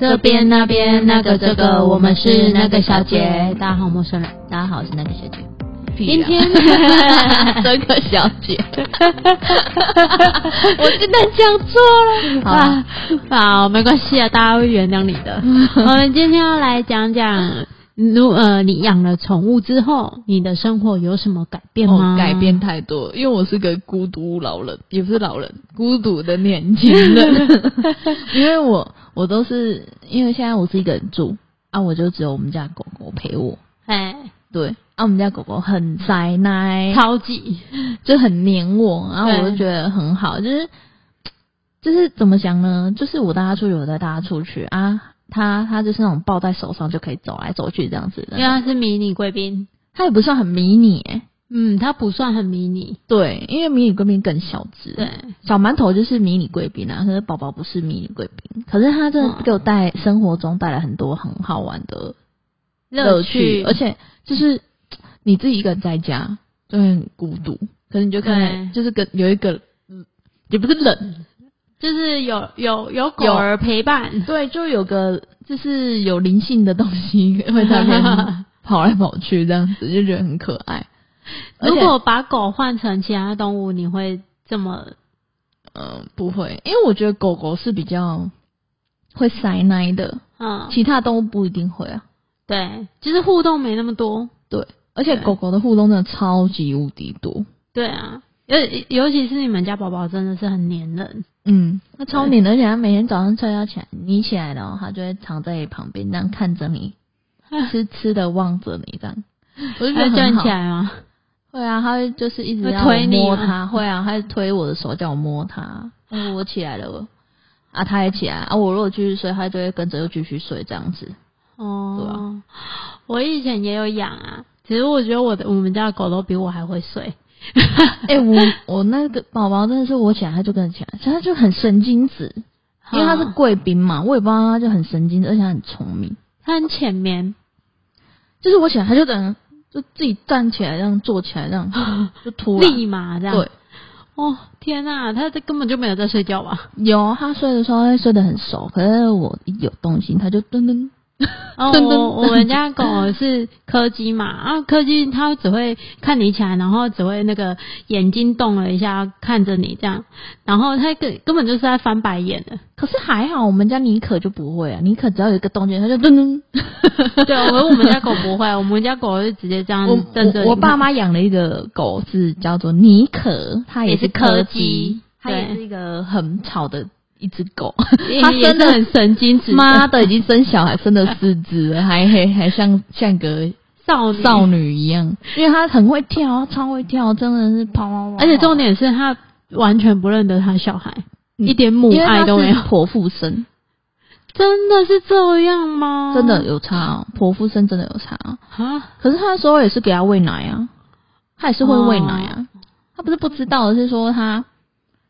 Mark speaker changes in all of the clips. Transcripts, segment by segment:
Speaker 1: 这边那边那个这个，我们是那个小姐。大家好，陌生人，大家好，我是那个小姐。
Speaker 2: 今
Speaker 1: 今
Speaker 2: 天
Speaker 1: 天
Speaker 2: 这个小姐， 我真的讲错了。
Speaker 1: 好
Speaker 2: 啊
Speaker 1: 啊，
Speaker 2: 好，没关系啊，大家会原谅你的。我们今天要来讲讲，如呃，你养了宠物之后，你的生活有什么改变吗？
Speaker 3: 哦，改变太多，因为我是个孤独老人，也不是老人，孤独的年轻 人。因为我我都是因为现在我自己一个人住啊，我就只有我们家狗狗陪我。
Speaker 2: 哎，
Speaker 3: 对，啊，我们家狗狗很宅奶，
Speaker 2: 超级
Speaker 3: 就很黏我，然后
Speaker 2: 对
Speaker 3: 我就觉得很好，就是就是怎么讲呢？就是我带它出去，我带它出去啊。它它就是那种抱在手上就可以走来走去这样子
Speaker 2: 因为
Speaker 3: 的，
Speaker 2: 它是迷你贵宾，
Speaker 3: 它也不算很迷你、欸，
Speaker 2: 嗯，它不算很迷你，
Speaker 3: 对，因为迷你贵宾更小只，
Speaker 2: 对，
Speaker 3: 小馒头就是迷你贵宾啊，可是宝宝不是迷你贵宾，可是他真的给我带生活中带来很多很好玩的乐趣，而且就是你自己一个人在家就会很孤独，可是你就看
Speaker 2: 对
Speaker 3: 就是跟有一个嗯也不是冷，
Speaker 2: 就是有有有狗
Speaker 3: 有
Speaker 2: 儿陪伴，
Speaker 3: 对，就有个就是有灵性的东西会在那边跑来跑去这样子，就觉得很可爱。而
Speaker 2: 如
Speaker 3: 且
Speaker 2: 果把狗换成其他动物，你会这么
Speaker 3: 嗯、不会，因为我觉得狗狗是比较会塞奶的，
Speaker 2: 嗯？
Speaker 3: 其他动物不一定会啊。
Speaker 2: 对，就是互动没那么多。
Speaker 3: 对，而且
Speaker 2: 对
Speaker 3: 狗狗的互动真的超级无敌多。
Speaker 2: 对啊，尤尤其是你们家宝宝真的是很粘 人，
Speaker 3: 嗯，它超黏的，而且它每天早上睡觉起来，你起来了哦，它就会躺在你旁边，这样看着你，痴痴的望着你这样。 我就觉
Speaker 2: 会
Speaker 3: 得
Speaker 2: 叫
Speaker 3: 很
Speaker 2: 你
Speaker 3: 好
Speaker 2: 起。 来吗？
Speaker 3: 会啊，它会就是一直
Speaker 2: 会
Speaker 3: 要
Speaker 2: 推
Speaker 3: 我
Speaker 2: 你
Speaker 3: 摸
Speaker 2: 吗
Speaker 3: 它，会啊，它就推我的手叫我摸它。 哦，我起来了，我啊，它也起来啊。我如果继续睡，它就会跟着又继续睡这样 子。
Speaker 2: 哦，我以前也有养啊，只是我觉得我的我们家的狗都比我还会睡。
Speaker 3: 哎、我我那个宝宝真的是我起来，它就跟着起来，所以它就很神经质。因为他是
Speaker 2: 嗯
Speaker 3: 贵宾嘛，我也不知道他就很神经，而且他很聪明。
Speaker 2: 它很浅眠，
Speaker 3: 就是我起来，他就等就自己站起来，这样坐起来，这样 就突然
Speaker 2: 立马这样。
Speaker 3: 啊对，
Speaker 2: 哦天呐，它这根本就没有在睡觉吧？
Speaker 3: 有他睡的时候他会睡得很熟，可是我一有动静，他就噔噔，
Speaker 2: 哦，
Speaker 3: 噔噔
Speaker 2: 我我们家狗是柯基嘛，啊，柯基它只会看你起来，然后只会那个眼睛动了一下，看着你这样，然后它根根本就是在翻白眼 的。
Speaker 3: 可是还好我们家尼可就不会啊，尼可只要有一个动静，他就噔噔。
Speaker 2: 对，我我们家狗不会，我们家狗是直接这样
Speaker 3: 我
Speaker 2: 瞪着
Speaker 3: 我我爸妈养了一个狗是叫做尼可，它
Speaker 2: 也
Speaker 3: 是
Speaker 2: 是柯
Speaker 3: 柯
Speaker 2: 基
Speaker 3: 它也
Speaker 2: 对
Speaker 3: 是一个很吵的一只狗，
Speaker 2: 它
Speaker 3: 它
Speaker 2: 真
Speaker 3: 真
Speaker 2: 的
Speaker 3: 的
Speaker 2: 很神经质，
Speaker 3: 妈的，已经生小孩生了四只了，还还还像像个
Speaker 2: 少女
Speaker 3: 少女一样， 因为她很会跳，超会跳，真的是跑跑跑。
Speaker 2: 而且重
Speaker 3: 点
Speaker 2: 点是它完全不认得它小孩，
Speaker 3: 嗯
Speaker 2: 一点母爱都没有，
Speaker 3: 剖腹生
Speaker 2: 真的是这样吗？
Speaker 3: 真的有差哦，剖腹生真的有差哦。
Speaker 2: 啊，
Speaker 3: 可是她那时候也是给她喂奶啊，她也是会喂奶啊。她不是不知道，而是说她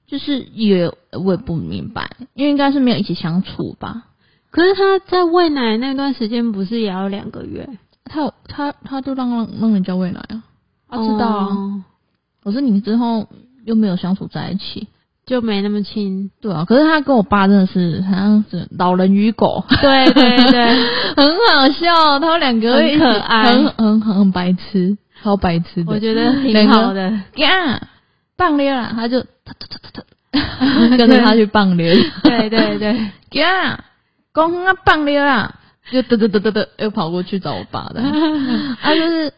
Speaker 3: 就是也我也不明白，因为应该是没有一起相处吧。
Speaker 2: 可是它在喂奶那段时间不是也要两个月？
Speaker 3: 她有她她就让让让人家喂奶啊，她知道啊。
Speaker 2: 哦
Speaker 3: 可是你之后又没有相处在一起。
Speaker 2: 就没那么亲。
Speaker 3: 对啊，可是他跟我爸真的是好像是老人与狗，
Speaker 2: 对对对，
Speaker 3: 很好笑，他们两个会一起
Speaker 2: 很可爱
Speaker 3: 很很很很白痴，超白痴的。
Speaker 2: 我觉 得挺好的。
Speaker 3: 呀，棒溜啦，他就他他他 他他跟着他去棒溜，
Speaker 2: 对对对，
Speaker 3: 呀，公园啊棒溜啦，就得得得得得又跑过去找我 爸的，啊就是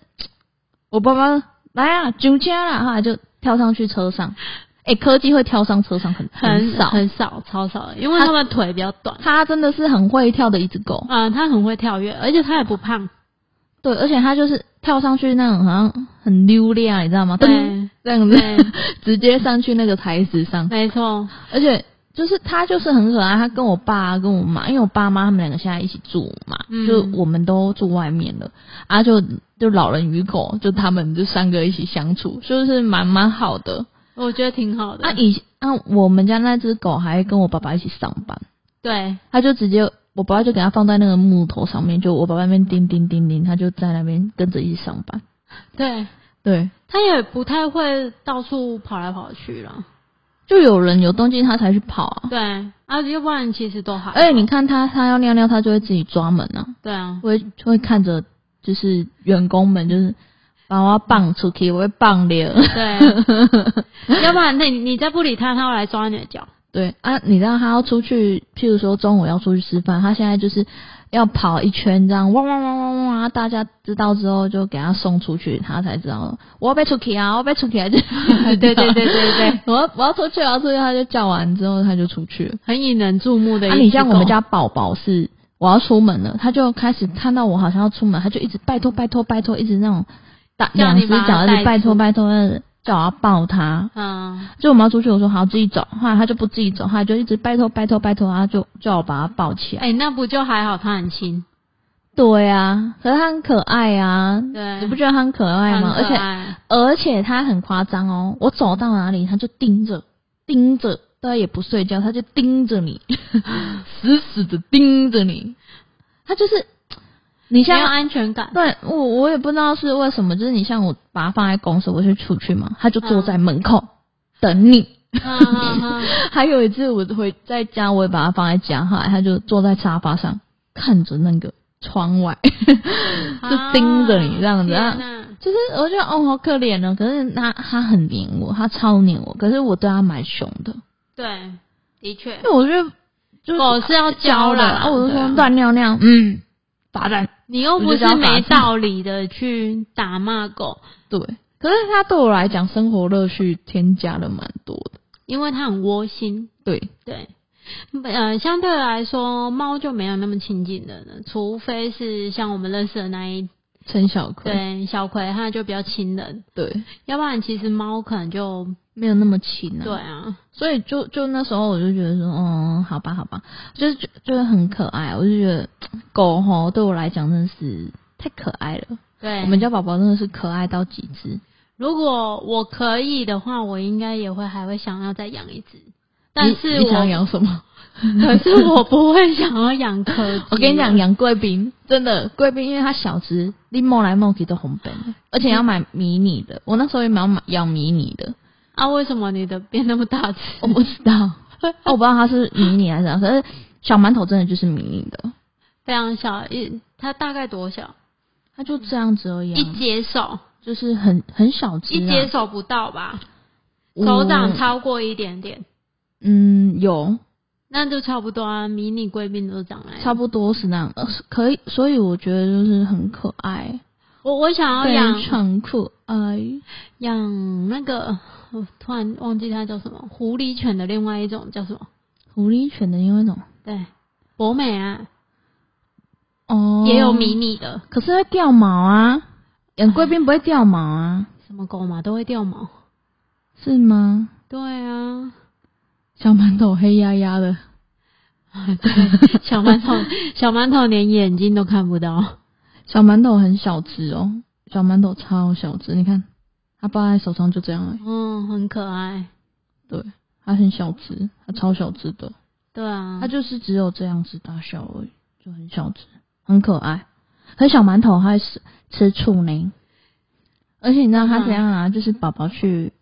Speaker 3: 我爸爸来啊酒驾啦，后来就跳上去车上，哎、柯基会跳上车上很
Speaker 2: 很
Speaker 3: 少，
Speaker 2: 很少，超少的，因为他们腿比较短。
Speaker 3: 它真的是很会跳的一只狗。
Speaker 2: 嗯，它很会跳跃，而且它也不胖。
Speaker 3: 对，而且它就是跳上去那种好像很溜利啊，你知道吗？噔，
Speaker 2: 对
Speaker 3: 这样子
Speaker 2: 对，
Speaker 3: 直接上去那个台子上，
Speaker 2: 没错。
Speaker 3: 而且就是它就是很可爱。它跟我爸跟我妈，因为我爸妈他们两个现在一起住嘛，
Speaker 2: 嗯
Speaker 3: 就我们都住外面了，啊就就老人与狗，就他们就三个一起相处，就是蛮蛮好的。
Speaker 2: 我觉得挺好的。
Speaker 3: 啊以啊我们家那只狗还跟我爸爸一起上班，
Speaker 2: 对，
Speaker 3: 他就直接，我爸爸就给他放在那个木头上面，就我爸爸那边叮叮叮叮，他就在那边跟着一起上班。
Speaker 2: 对，
Speaker 3: 对，
Speaker 2: 它也不太会到处跑来跑去了。
Speaker 3: 就有人有动静他才去跑啊。
Speaker 2: 对，啊，要不然其实都还好。
Speaker 3: 而且哎你看他，他要尿尿，他就会自己抓门啊，
Speaker 2: 对 啊，
Speaker 3: 会就会看着就是员工们就是把我棒出去，我会棒脸。
Speaker 2: 对，要不然那你你再不理他，他会来抓你的脚。
Speaker 3: 对啊，你让他要出去，譬如说中午要出去吃饭，他现在就是要跑一圈这样，汪汪汪汪汪啊！大家知道之后就给他送出去，他才知道我要被出去啊，我要被出去啊！ 就
Speaker 2: 对对对对对，
Speaker 3: 我要我要出去，我要出去，他就叫完之后他就出去了。
Speaker 2: 很引人注目的一
Speaker 3: 啊，
Speaker 2: 只狗。
Speaker 3: 你像我们家宝宝是我要出门了，他就开始看到我好像要出门，他就一直拜托拜托拜托，一直那种打
Speaker 2: 叫
Speaker 3: 两
Speaker 2: 你
Speaker 3: 只
Speaker 2: 把他
Speaker 3: 脚一
Speaker 2: 带
Speaker 3: 直拜托
Speaker 2: 出
Speaker 3: 拜托，叫我要抱他。
Speaker 2: 嗯，
Speaker 3: 就我们要出去，我说好自己走，后来他就不自己走，后来就一直拜托拜托拜托，然后就叫我把他抱起来。
Speaker 2: 哎、那不就还好，他很轻。
Speaker 3: 对啊，可是他很可爱啊，
Speaker 2: 对，
Speaker 3: 你不觉得他很可爱吗？
Speaker 2: 很可
Speaker 3: 而且
Speaker 2: 爱
Speaker 3: 而且他很夸张哦，我走到哪里他就盯着盯着，他也不睡觉，他就盯着你， 死死的盯着你，他就是。你
Speaker 2: 没
Speaker 3: 像
Speaker 2: 有安全 感。
Speaker 3: 对我，我也不知道是为什么，就是你像我把它放在公司，我就出去嘛，它就坐在门口、等你。
Speaker 2: 嗯嗯嗯
Speaker 3: 还有一次我回在家，我也把它放在家，后来它就坐在沙发上看着那个窗外， 就盯着你这样子。
Speaker 2: 啊
Speaker 3: 啊
Speaker 2: 天哪
Speaker 3: 就是我觉得哦，好可怜哦。可是它它很黏我，它超黏我。可是我对它蛮凶的，
Speaker 2: 对，的确
Speaker 3: 因，为我觉得就是
Speaker 2: 狗哦是要教
Speaker 3: 了，
Speaker 2: 啦
Speaker 3: 啊，我就
Speaker 2: 对
Speaker 3: 说
Speaker 2: 啊
Speaker 3: 乱尿尿，嗯，罚站。
Speaker 2: 你又不
Speaker 3: 我就是叫
Speaker 2: 没
Speaker 3: 法子
Speaker 2: 道理的去打骂狗，
Speaker 3: 对，可是它对我来讲，生活乐趣添加了蛮多的。
Speaker 2: 因为它很窝心。
Speaker 3: 对，
Speaker 2: 对，呃，相对来说，猫就没有那么亲近的了，除非是像我们认识的那一
Speaker 3: 陈小坤，
Speaker 2: 对小葵，它就比较亲人，
Speaker 3: 对
Speaker 2: 要不然其实猫可能就
Speaker 3: 没有那么亲啊。
Speaker 2: 对，啊，
Speaker 3: 所以就就那时候我就觉得说，嗯，好吧，好吧，就是就就是很可爱。我就觉得狗吼对我来讲真的是太可爱了。
Speaker 2: 对，
Speaker 3: 我们家宝宝真的是可爱到极致。
Speaker 2: 如果我可以的话，我应该也会还会想要再养一只，但
Speaker 3: 你
Speaker 2: 是
Speaker 3: 你想
Speaker 2: 我
Speaker 3: 养什么？
Speaker 2: 可是我不会想要养柯基。 啊
Speaker 3: 我跟你讲，，养贵宾真的贵宾，因为它小只，你摸来摸去都红本，而且要买迷你的。我那时候也蛮买养迷你的，
Speaker 2: 啊，为什么你的变那么大只？
Speaker 3: 我不知道， 我不知道它是迷你还是怎样，可是小馒头真的就是迷你的，
Speaker 2: 非常小，一它大概多小？
Speaker 3: 它就这样子而已、
Speaker 2: 一
Speaker 3: 啊，
Speaker 2: 节手，
Speaker 3: 就是很很小只、啊，
Speaker 2: 一节手不到吧？
Speaker 3: 嗯
Speaker 2: 手掌超过一点点，
Speaker 3: 嗯有
Speaker 2: 那就差不多啊。迷你贵宾都长来，
Speaker 3: 差不多是那样，呃可以，所以我觉得就是很可爱，
Speaker 2: 我我想要
Speaker 3: 非
Speaker 2: 养
Speaker 3: 常哎可爱。
Speaker 2: 养那个，我突然忘记它叫什么，狐狸犬的另外一种叫什么？
Speaker 3: 狐狸犬的因为什么？
Speaker 2: 对，博美啊，
Speaker 3: 哦，
Speaker 2: 也有迷，你的。
Speaker 3: 可是会掉毛啊，养贵宾不会掉毛啊，
Speaker 2: 什么狗嘛都会掉毛。
Speaker 3: 是吗？
Speaker 2: 对啊，
Speaker 3: 小馒头黑压压的，
Speaker 2: 对，小馒 头，小馒头连眼睛都看不到。
Speaker 3: 小馒头很小只哦，小馒头超小只，你看它抱在手上就这样了，
Speaker 2: 嗯，很可爱。
Speaker 3: 对，它很小只，它超小只的，
Speaker 2: 对啊
Speaker 3: 它，就是只有这样子大小而已，就很小只，很可爱。可是小馒头它还是吃醋呢，而且你知道它怎样啊？就是宝宝去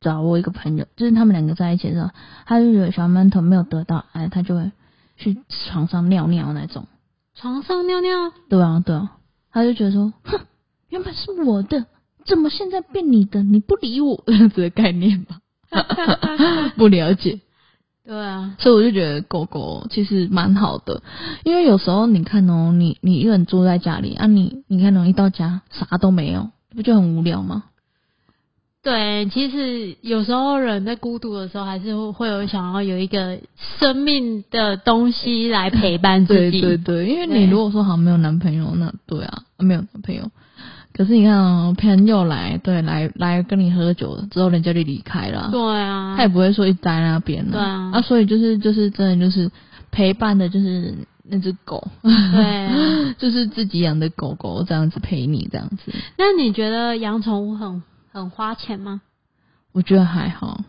Speaker 3: 找我一个朋友，就是他们两个在一起的时候，他就觉得小馒头没有得到爱，他就会去床上尿尿那种。
Speaker 2: 床上尿尿，
Speaker 3: 对啊，对啊，他就觉得说，哼，原本是我的，怎么现在变你的？你不理我， 这样子的概念吧？ 不了解。
Speaker 2: 对啊，
Speaker 3: 所以我就觉得狗狗其实蛮好的，因为有时候你看哦，你你一个人住在家里啊你，你看哦，一到家啥都没有，不就很无聊吗？
Speaker 2: 对，其实有时候人在孤独的时候，还是会会有想要有一个生命的东西来陪伴自
Speaker 3: 对
Speaker 2: 己。
Speaker 3: 对对，因为
Speaker 2: 对
Speaker 3: 你如果说好像没有男朋友，那对啊，没有男朋友，可是你看哦，朋友来，对，来来跟你喝酒之后，人家就离 开了，
Speaker 2: 对啊
Speaker 3: 他，也不会说一直待在那边呢
Speaker 2: 对啊
Speaker 3: 啊，所以就是就是真的就是陪伴的就是那只狗，
Speaker 2: 对。啊
Speaker 3: 就是自己养的狗狗这样子陪你这样子，
Speaker 2: 那你觉得养宠物很很花钱吗？
Speaker 3: 我觉得还好。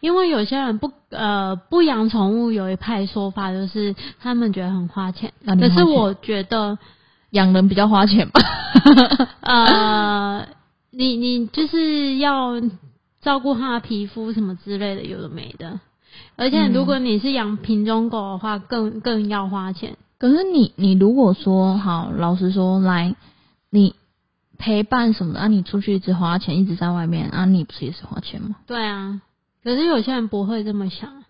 Speaker 2: 因为有些人不呃不养宠物，有一派说法就是他们觉得很花钱，
Speaker 3: 那啊你
Speaker 2: 可
Speaker 3: 花
Speaker 2: 是
Speaker 3: 钱
Speaker 2: 我觉得
Speaker 3: 养人比较 花钱吧。
Speaker 2: 呃，你你就是要照顾它的皮肤什么之类的，有的没的。而且如果你是养品种狗的话，更更要花钱。
Speaker 3: 可是你你如果说好，老实说，来你陪伴什么的啊，你出去一直花钱，一直在外面啊，你不是也是花钱吗？
Speaker 2: 对啊，可是有些人不会这么想。
Speaker 3: 啊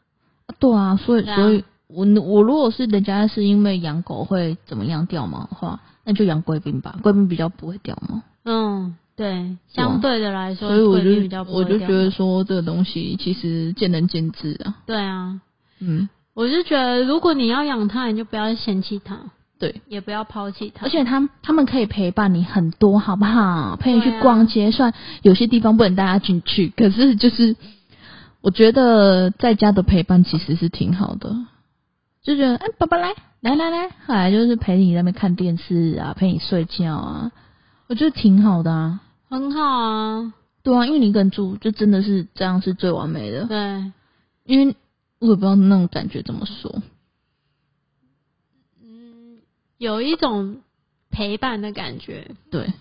Speaker 3: 对啊，所以
Speaker 2: 对啊
Speaker 3: 所以我我如果是人家是因为养狗会怎么样掉毛的话，那就养贵宾吧，贵宾比较不会掉毛。
Speaker 2: 嗯，对，
Speaker 3: 对啊
Speaker 2: 相对的来说，
Speaker 3: 所以我
Speaker 2: 贵宾比
Speaker 3: 就
Speaker 2: 较不
Speaker 3: 我
Speaker 2: 会
Speaker 3: 就
Speaker 2: 掉
Speaker 3: 觉得说这个东西其实见仁见智啊。
Speaker 2: 对啊，
Speaker 3: 嗯，
Speaker 2: 我就觉得如果你要养它，你就不要嫌弃它，
Speaker 3: 对，
Speaker 2: 也不要抛弃它，
Speaker 3: 而且他他们可以陪伴你很多，好不好？陪你去
Speaker 2: 对啊
Speaker 3: 逛街，虽然有些地方不能带他进去，可是就是我觉得在家的陪伴其实是挺好的，就觉得哎，爸爸来来来来，后来就是陪你在那边看电视啊，陪你睡觉啊，我觉得挺好的啊。
Speaker 2: 很好啊。
Speaker 3: 对啊，因为你一个人住，就真的是这样是最完美的。
Speaker 2: 对，
Speaker 3: 因为我也不知道那种感觉怎么说，
Speaker 2: 有一种陪伴的感觉。
Speaker 3: 对。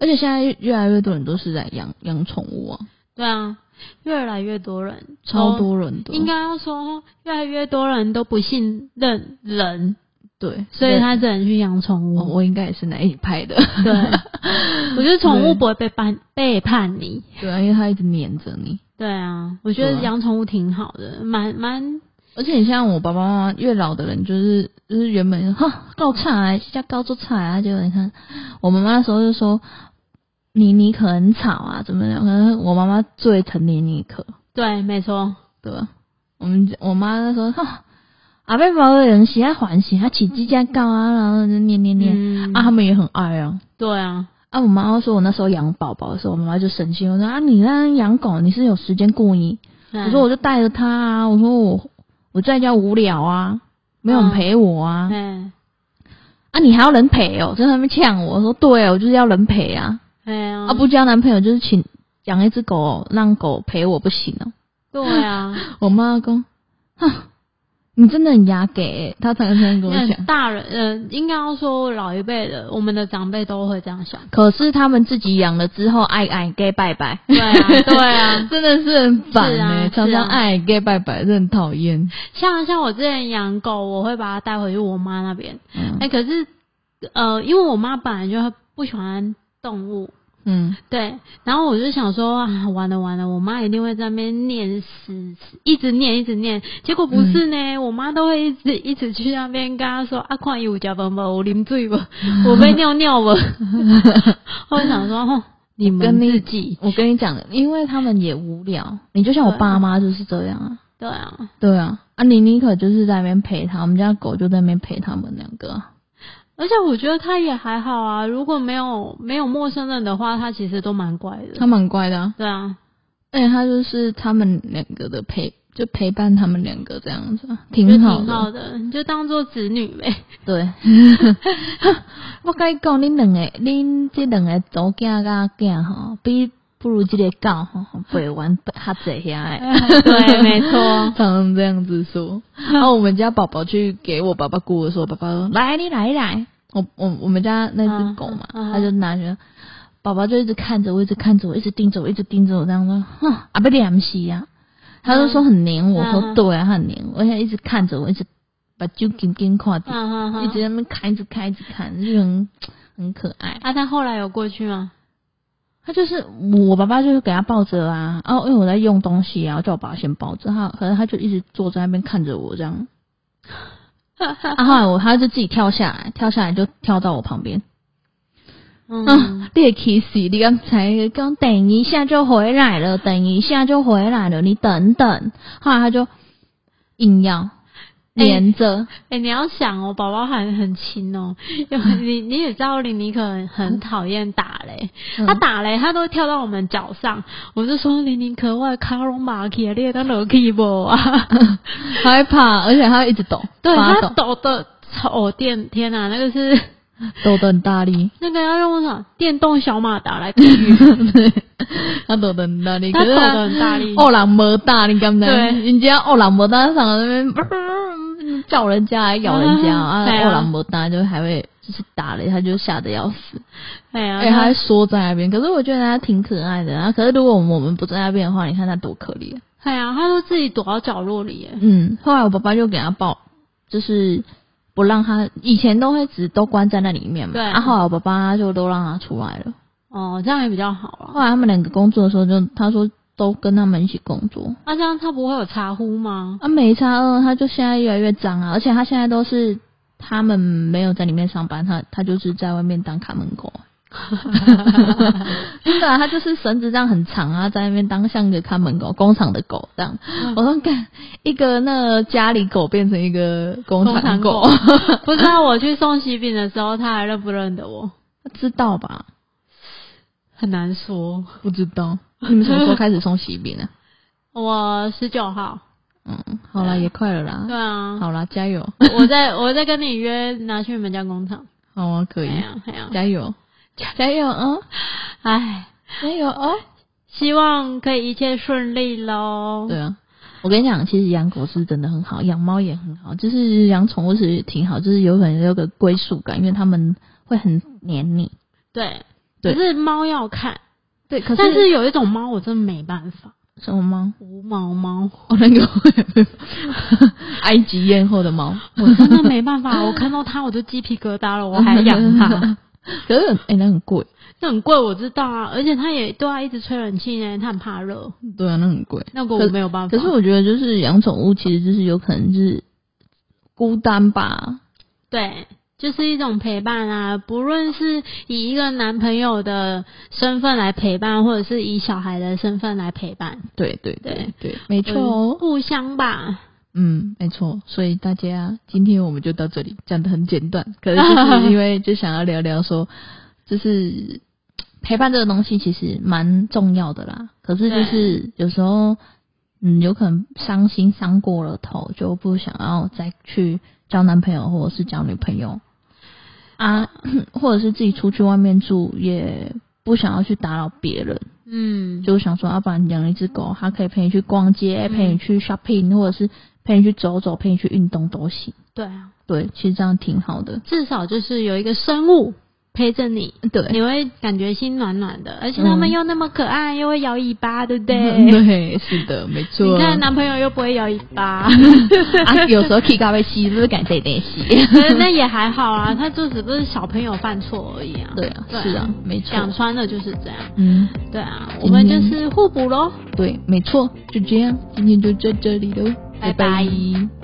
Speaker 3: 而且现在越来越多人都是在养养宠物啊，
Speaker 2: 对啊，越来越多人，
Speaker 3: 超
Speaker 2: 都
Speaker 3: 多人的，
Speaker 2: 哦应该要说越来越多人都不信任人，
Speaker 3: 对，
Speaker 2: 所以他只能去养宠
Speaker 3: 哦我
Speaker 2: 物。
Speaker 3: 我应该也是那一派的，
Speaker 2: 对，我觉得宠物不会背叛背叛你。
Speaker 3: 对啊，因为他一直黏着你，
Speaker 2: 对啊，我觉得
Speaker 3: 对啊
Speaker 2: 养宠物挺好的，蛮蛮
Speaker 3: 而且你像我爸爸妈妈越老的人，就是就是原本哈够菜啊，家高做菜啊，就你看我妈妈那时候就说妮妮可很吵啊，怎么样？可能我妈妈最疼妮妮可，
Speaker 2: 对，没错。
Speaker 3: 对吧？我们我妈那时候哈。阿贝毛的人喜爱还喜爱起鸡架高啊，然后就念念念、
Speaker 2: 嗯
Speaker 3: 啊，他们也很爱啊。
Speaker 2: 对啊，
Speaker 3: 啊，我妈妈说我那时候养宝宝的时候，我妈妈就生气，我说啊，你那养狗你是有时间顾你，
Speaker 2: 对
Speaker 3: 我说我就带着他啊，我说我我在家无聊啊，没有
Speaker 2: 嗯
Speaker 3: 人陪我啊，
Speaker 2: 哎
Speaker 3: 啊你还要人陪哦，就在那边呛我，我说对，哦我就是要人陪啊，
Speaker 2: 哎呀
Speaker 3: 啊不交男朋友就是请养一只狗，让狗陪我不行哦。
Speaker 2: 对啊，
Speaker 3: 我妈公，哼，你真的很牙给、欸她常常这样跟我
Speaker 2: 那
Speaker 3: 讲。
Speaker 2: 大人呃，应该要说老一辈的，我们的长辈都会这样想。
Speaker 3: 可是他们自己养了之后，爱爱 gay 拜拜，
Speaker 2: 对啊，对啊，
Speaker 3: 真的是很烦
Speaker 2: 是
Speaker 3: 哎、
Speaker 2: 啊
Speaker 3: 常
Speaker 2: 是啊
Speaker 3: 常爱 gay 拜拜，真的很讨厌。
Speaker 2: 像像我之前养狗，我会把它带回去我妈那边。
Speaker 3: 嗯
Speaker 2: 哎、可是呃，因为我妈本来就不喜欢动物，
Speaker 3: 嗯，
Speaker 2: 对，然后我就想说啊，完了完了，我妈一定会在那边念死，一直念一直念，结果不是呢，
Speaker 3: 嗯
Speaker 2: 我妈都会一直一直去那边跟她说啊，看有加分不，我啉醉 不，我被尿尿不， 我就想说，哦，你们
Speaker 3: 跟你
Speaker 2: 自己，
Speaker 3: 我跟你讲，因为他们也无聊，你就像我爸妈就是这样啊。
Speaker 2: 对啊，
Speaker 3: 对啊，啊，你妮可就是在那边陪他，我们家狗就在那边陪他们两个啊。
Speaker 2: 而且我觉得她也还好啊，如果没有没有陌生人的话，她其实都蛮乖的，
Speaker 3: 他蛮乖的、啊，
Speaker 2: 对啊，
Speaker 3: 而且他哎就是他们两个的陪，就陪伴他们两个这样子啊、
Speaker 2: 我觉得
Speaker 3: 挺好
Speaker 2: 挺
Speaker 3: 的。
Speaker 2: 好的，你就当做子女呗，
Speaker 3: 对，我跟你讲，恁两个，恁这两个祖囝甲囝吼，比不如这个狗吼陪玩哈济遐 的。
Speaker 2: 对，没错
Speaker 3: 常，常这样子 说。然后我们家宝宝去给我爸爸顾的时候，爸爸说：“来，你来来。我”我我们家那只狗嘛，
Speaker 2: 嗯嗯嗯
Speaker 3: 他就拿着，宝宝就一直看着我，一直看着我，一直盯着我，一直盯着我，这样说：“ 啊哼，阿贝利亚西呀。”他就说很黏我，
Speaker 2: 嗯
Speaker 3: 我
Speaker 2: 嗯
Speaker 3: 说对啊，他很黏我，而且一直看着我，一直把酒紧紧看 着，
Speaker 2: 嗯嗯嗯
Speaker 3: 一直在那边看，一直看，一直看，就很很可爱。
Speaker 2: 啊，他后来有过去吗？
Speaker 3: 他就是我爸爸，就是给他抱着啊，哦，因为我在用东西啊，我叫我爸爸先抱着他，可是他就一直坐在那边看着我这 样。啊，后来我他就自己跳下来，跳下来就跳到我旁边。
Speaker 2: 嗯
Speaker 3: 啊，你也气死！你刚才刚等一下就回来了，等一下就回来了，你等等。后来他就硬要黏着，
Speaker 2: 哎、你要想哦，宝宝还很轻哦，因为你你也知道林尼可很很讨厌打雷，
Speaker 3: 嗯
Speaker 2: 他打雷他都会跳到我们脚上，我就说林尼可我卡隆马克你列当楼梯不 啊？
Speaker 3: 他会怕，而且他会一直抖，
Speaker 2: 对
Speaker 3: 发
Speaker 2: 他抖
Speaker 3: 抖，
Speaker 2: 的哦电天哪、那个是
Speaker 3: 抖得很大 力，
Speaker 2: 那个要用什么电动小马达来比 喻？
Speaker 3: 他抖得很大力，
Speaker 2: 他
Speaker 3: 可
Speaker 2: 抖
Speaker 3: 是
Speaker 2: 的很大力，
Speaker 3: 欧朗摩大，你敢不敢？
Speaker 2: 对
Speaker 3: 人家欧朗摩大上那边，呃叫人家还咬人家啊，
Speaker 2: 啊 对啊
Speaker 3: 后来没打就还会就是打了他就吓得要死，
Speaker 2: 哎呀，
Speaker 3: 哎，他还缩在那边。可是我觉得他挺可爱的啊。可是如果我们不在那边的话，你看他多可怜。
Speaker 2: 哎呀，他都自己躲到角落里耶。
Speaker 3: 嗯，后来我爸爸就给他抱，就是不让他以前都会只都关在那里面嘛，
Speaker 2: 对
Speaker 3: 啊，后来我爸爸就都让他出来了。
Speaker 2: 哦，这样也比较好啦。
Speaker 3: 后来他们两个工作的时候就，他说都跟他们一起工作。
Speaker 2: 那、啊这样他不会有茶壶吗？
Speaker 3: 啊，没差二，他就现在越来越脏啊，而且他现在都是他们没有在里面上班，他他就是在外面当看门狗。 真的啊、他 就是绳子这样很长啊，在那边当像个看门狗，工厂的狗这样。我说，干一个那个家里狗变成一个工
Speaker 2: 工厂
Speaker 3: 厂狗，
Speaker 2: 不知道我去送喜饼的时候，他还认不认得我，
Speaker 3: 知道吧？
Speaker 2: 很难说。
Speaker 3: 不知道。你们什么时候开始送喜饼啊？
Speaker 2: 我十九号，
Speaker 3: 嗯，好啦，也快了啦
Speaker 2: 对。啊，
Speaker 3: 好啦，加油！
Speaker 2: 我在我在跟你约拿去你们家工厂。
Speaker 3: 好啊，可
Speaker 2: 哎
Speaker 3: 以，
Speaker 2: 呀哎呀，
Speaker 3: 加油，加油啊！
Speaker 2: 哎，
Speaker 3: 加油哦！
Speaker 2: 希望可以一切顺利喽。
Speaker 3: 对啊，我跟你讲，其实养狗是真的很好，养猫也很好，就是养宠物是挺好，就是有可能有个归属感，因为它们会很黏你。
Speaker 2: 对，
Speaker 3: 对
Speaker 2: 可是猫要看，
Speaker 3: 对，可
Speaker 2: 但是有一种猫我真的没办法，
Speaker 3: 什么猫？
Speaker 2: 无毛猫，
Speaker 3: 我那个 埃及艳后的猫，
Speaker 2: 我真的没办法， 我看到它我就鸡皮疙 瘩了，我还养它，
Speaker 3: 可是哎、那很贵，
Speaker 2: 那很贵我知道啊，而且它也对啊，一直吹冷气呢，它很怕热，
Speaker 3: 对啊，那很贵。
Speaker 2: 那个我没有办法。
Speaker 3: 可是我觉得，就是养宠物，其实就是有可能就是孤单吧。
Speaker 2: 对，就是一种陪伴啊，不论是以一个男朋友的身份来陪伴，或者是以小孩的身份来陪伴，
Speaker 3: 对对
Speaker 2: 对
Speaker 3: 对，没错
Speaker 2: 嗯
Speaker 3: 哦。
Speaker 2: 互相吧。
Speaker 3: 嗯，没错。所以大家今天我们就到这里，讲的很简短，可能就是因为就想要聊聊说，就是陪伴这个东西其实蛮重要的啦。可是就是有时候，嗯，有可能伤心伤过了头，就不想要再去交男朋友或者是交女朋友啊， 或者是自己出去外面住，也不想要去打扰别人。
Speaker 2: 嗯，
Speaker 3: 就想说，啊要、不然养一只狗，它可以陪你去逛街，
Speaker 2: 嗯
Speaker 3: 陪你去 shopping，或者是陪你去走走，陪你去运动都行。
Speaker 2: 对啊，
Speaker 3: 对，其实这样挺好的。
Speaker 2: 至少就是有一个生物陪着你。你
Speaker 3: 对，
Speaker 2: 会感觉心暖暖的，而且它们又那么可爱，又会摇尾巴，对不对？
Speaker 3: 嗯 对，啊是的，没错。
Speaker 2: 你看啊男朋友又不会摇尾 巴，
Speaker 3: 啊，有时候 K 咖啡吸，就是感觉有点吸。
Speaker 2: 那也还好啊，他就只不是小朋友犯错而已啊。
Speaker 3: 对啊，是啊，，没错。
Speaker 2: 讲穿了就是这样。
Speaker 3: 嗯，
Speaker 2: 对啊，我
Speaker 3: 今
Speaker 2: 们就
Speaker 3: 天
Speaker 2: 是互补喽。
Speaker 3: 对，没错，就这样，今天就在这里喽，
Speaker 2: 拜
Speaker 3: 拜
Speaker 2: 拜
Speaker 3: 拜